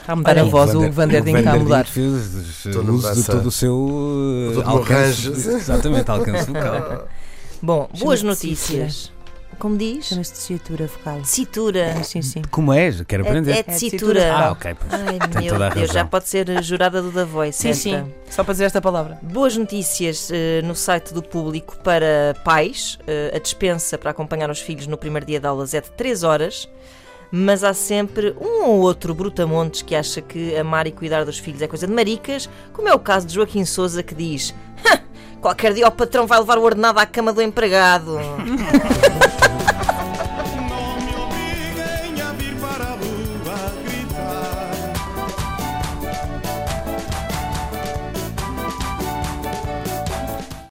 Está a mudar Olha, a voz, Vander- o Vanderding está a mudar. fez Estou no uso de dança. todo o seu uh, Todo o meu alcance. range. Exatamente, alcance vocal. Bom, Boas chama-se notícias. Como diz? Chama-se tessitura vocal. Tessitura. Sim, sim. Como és? Quero aprender. É, é tessitura. Ah, ok. pois. Ai, Tem meu toda a Deus, razão. já pode ser eh, jurada do The Voice. Sim, esta. sim. Só para dizer esta palavra. Boas notícias eh, no site do público para pais. Eh, a dispensa para acompanhar os filhos no primeiro dia de aulas é de 3 horas, mas há sempre um ou outro brutamontes que acha que amar e cuidar dos filhos é coisa de maricas, como é o caso de Joaquim Souza que diz: "Hã, Qualquer dia o patrão vai levar o ordenado à cama do empregado.